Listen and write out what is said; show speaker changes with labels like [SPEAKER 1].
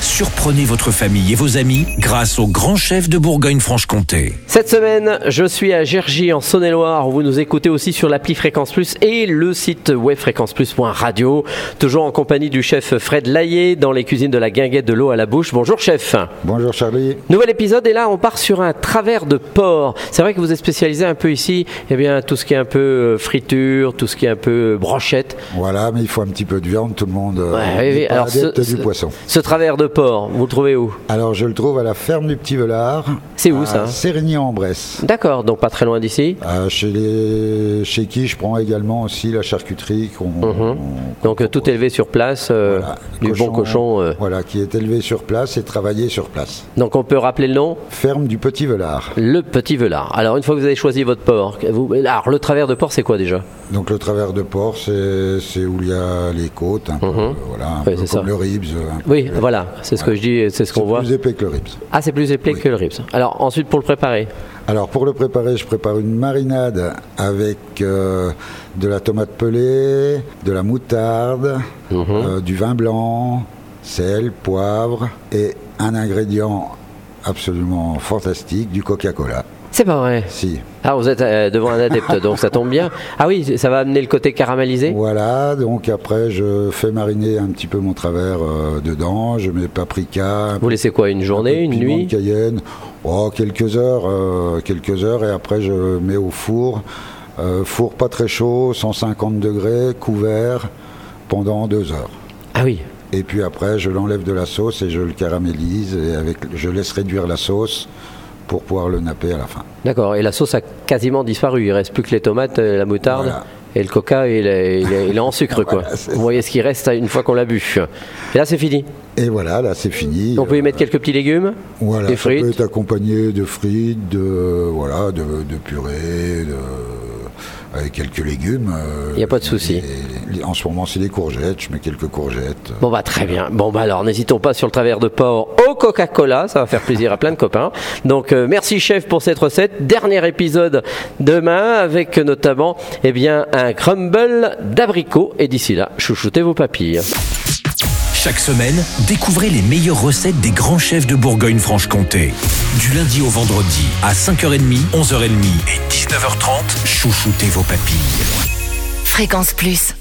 [SPEAKER 1] Surprenez votre famille et vos amis grâce au grand chef de Bourgogne-Franche-Comté.
[SPEAKER 2] Cette semaine, je suis à Gergy en Saône-et-Loire. Vous nous écoutez aussi sur l'appli Fréquence Plus et le site webfréquenceplus.radio. Toujours en compagnie du chef Fred Laillé dans les cuisines de la guinguette de l'eau à la bouche. Bonjour chef.
[SPEAKER 3] Bonjour Charlie.
[SPEAKER 2] Nouvel épisode et là on part sur un travers de porc. C'est vrai que vous êtes spécialisé un peu ici, eh bien tout ce qui est un peu euh, friture, tout ce qui est un peu euh, brochette.
[SPEAKER 3] Voilà, mais il faut un petit peu de viande, tout le monde. euh,
[SPEAKER 2] Ouais,
[SPEAKER 3] n'est
[SPEAKER 2] oui, oui.
[SPEAKER 3] pas
[SPEAKER 2] Alors,
[SPEAKER 3] adepte
[SPEAKER 2] ce-
[SPEAKER 3] du
[SPEAKER 2] ce-
[SPEAKER 3] poisson.
[SPEAKER 2] Ce travers de porc, vous le trouvez où
[SPEAKER 3] Alors je le trouve à la ferme du Petit Velard.
[SPEAKER 2] C'est où,
[SPEAKER 3] à
[SPEAKER 2] ça
[SPEAKER 3] Sérignan-en-Bresse.
[SPEAKER 2] D'accord, donc pas très loin d'ici.
[SPEAKER 3] Euh, chez, les... chez qui je prends également aussi la charcuterie qu'on. qu'on-
[SPEAKER 2] Donc euh, tout élevé sur place, Mhm. euh,
[SPEAKER 3] voilà,
[SPEAKER 2] du bon cochon. euh.
[SPEAKER 3] Voilà, qui est élevé sur place et travaillé sur place.
[SPEAKER 2] Donc on peut rappeler le nom
[SPEAKER 3] Ferme du Petit Velard.
[SPEAKER 2] Le petit velard. Alors une fois que vous avez choisi votre porc, vous- alors le travers de porc c'est quoi déjà
[SPEAKER 3] Donc le travers de port, c'est c'est où il y a les côtes, un peu, voilà, un
[SPEAKER 2] Mhm. Ouais,
[SPEAKER 3] peu comme
[SPEAKER 2] c'est ça.
[SPEAKER 3] le ribs. un peu
[SPEAKER 2] Oui,
[SPEAKER 3] plus-
[SPEAKER 2] voilà, c'est ce que je dis, c'est ce qu'on
[SPEAKER 3] Euh, c'est
[SPEAKER 2] voit.
[SPEAKER 3] plus épais que le ribs.
[SPEAKER 2] Ah c'est plus épais que le ribs. Alors ensuite pour le préparer.
[SPEAKER 3] Alors pour le préparer, je prépare une marinade avec euh, de la tomate pelée, de la moutarde, euh, du vin blanc, sel, poivre et un ingrédient absolument fantastique, du Coca-Cola.
[SPEAKER 2] C'est pas vrai.
[SPEAKER 3] Si.
[SPEAKER 2] Ah vous êtes euh, devant un adepte, donc ça tombe bien. Ah oui, ça va amener le côté caramélisé.
[SPEAKER 3] Voilà, donc après je fais mariner un petit peu mon travers euh, dedans, je mets paprika, un
[SPEAKER 2] Vous laissez quoi Une
[SPEAKER 3] peu
[SPEAKER 2] journée,
[SPEAKER 3] de
[SPEAKER 2] une
[SPEAKER 3] piment de
[SPEAKER 2] nuit
[SPEAKER 3] Cayenne, oh, quelques heures, euh, quelques heures, et après je mets au four, Euh, four pas très chaud, 150 degrés, couvert pendant deux heures.
[SPEAKER 2] Ah oui.
[SPEAKER 3] Et puis après, je l'enlève de la sauce et je le caramélise et avec, je laisse réduire la sauce pour pouvoir le napper à la fin.
[SPEAKER 2] D'accord. Et la sauce a quasiment disparu. Il reste plus que les tomates, euh, la moutarde.
[SPEAKER 3] Voilà.
[SPEAKER 2] Et le coca, il est, il est- il est en sucre, quoi.
[SPEAKER 3] Voilà, c'est
[SPEAKER 2] Vous voyez ce qui reste une fois qu'on l'a bu. Et là, c'est fini.
[SPEAKER 3] Et voilà, là c'est fini.
[SPEAKER 2] On peut y
[SPEAKER 3] Euh,
[SPEAKER 2] mettre quelques petits légumes,
[SPEAKER 3] voilà,
[SPEAKER 2] des
[SPEAKER 3] ça peut
[SPEAKER 2] frites.
[SPEAKER 3] être accompagné de frites, de voilà, de, de purée, de, avec quelques légumes. euh,
[SPEAKER 2] Y a pas de souci.
[SPEAKER 3] et- et- en ce moment, c'est des courgettes. Je mets quelques courgettes.
[SPEAKER 2] Bon bah très bien. Bon bah alors n'hésitons pas sur le travers de port au Coca-Cola, ça va faire plaisir à plein de copains. Donc euh, merci chef pour cette recette. Dernier épisode demain avec euh, notamment eh bien un crumble d'abricot et d'ici là, chouchoutez vos papilles.
[SPEAKER 1] Chaque semaine, découvrez les meilleures recettes des grands chefs de Bourgogne-Franche-Comté. Du lundi au vendredi, à 5h30, 11h30 et 19h30, chouchoutez vos papilles.
[SPEAKER 4] Fréquence Plus.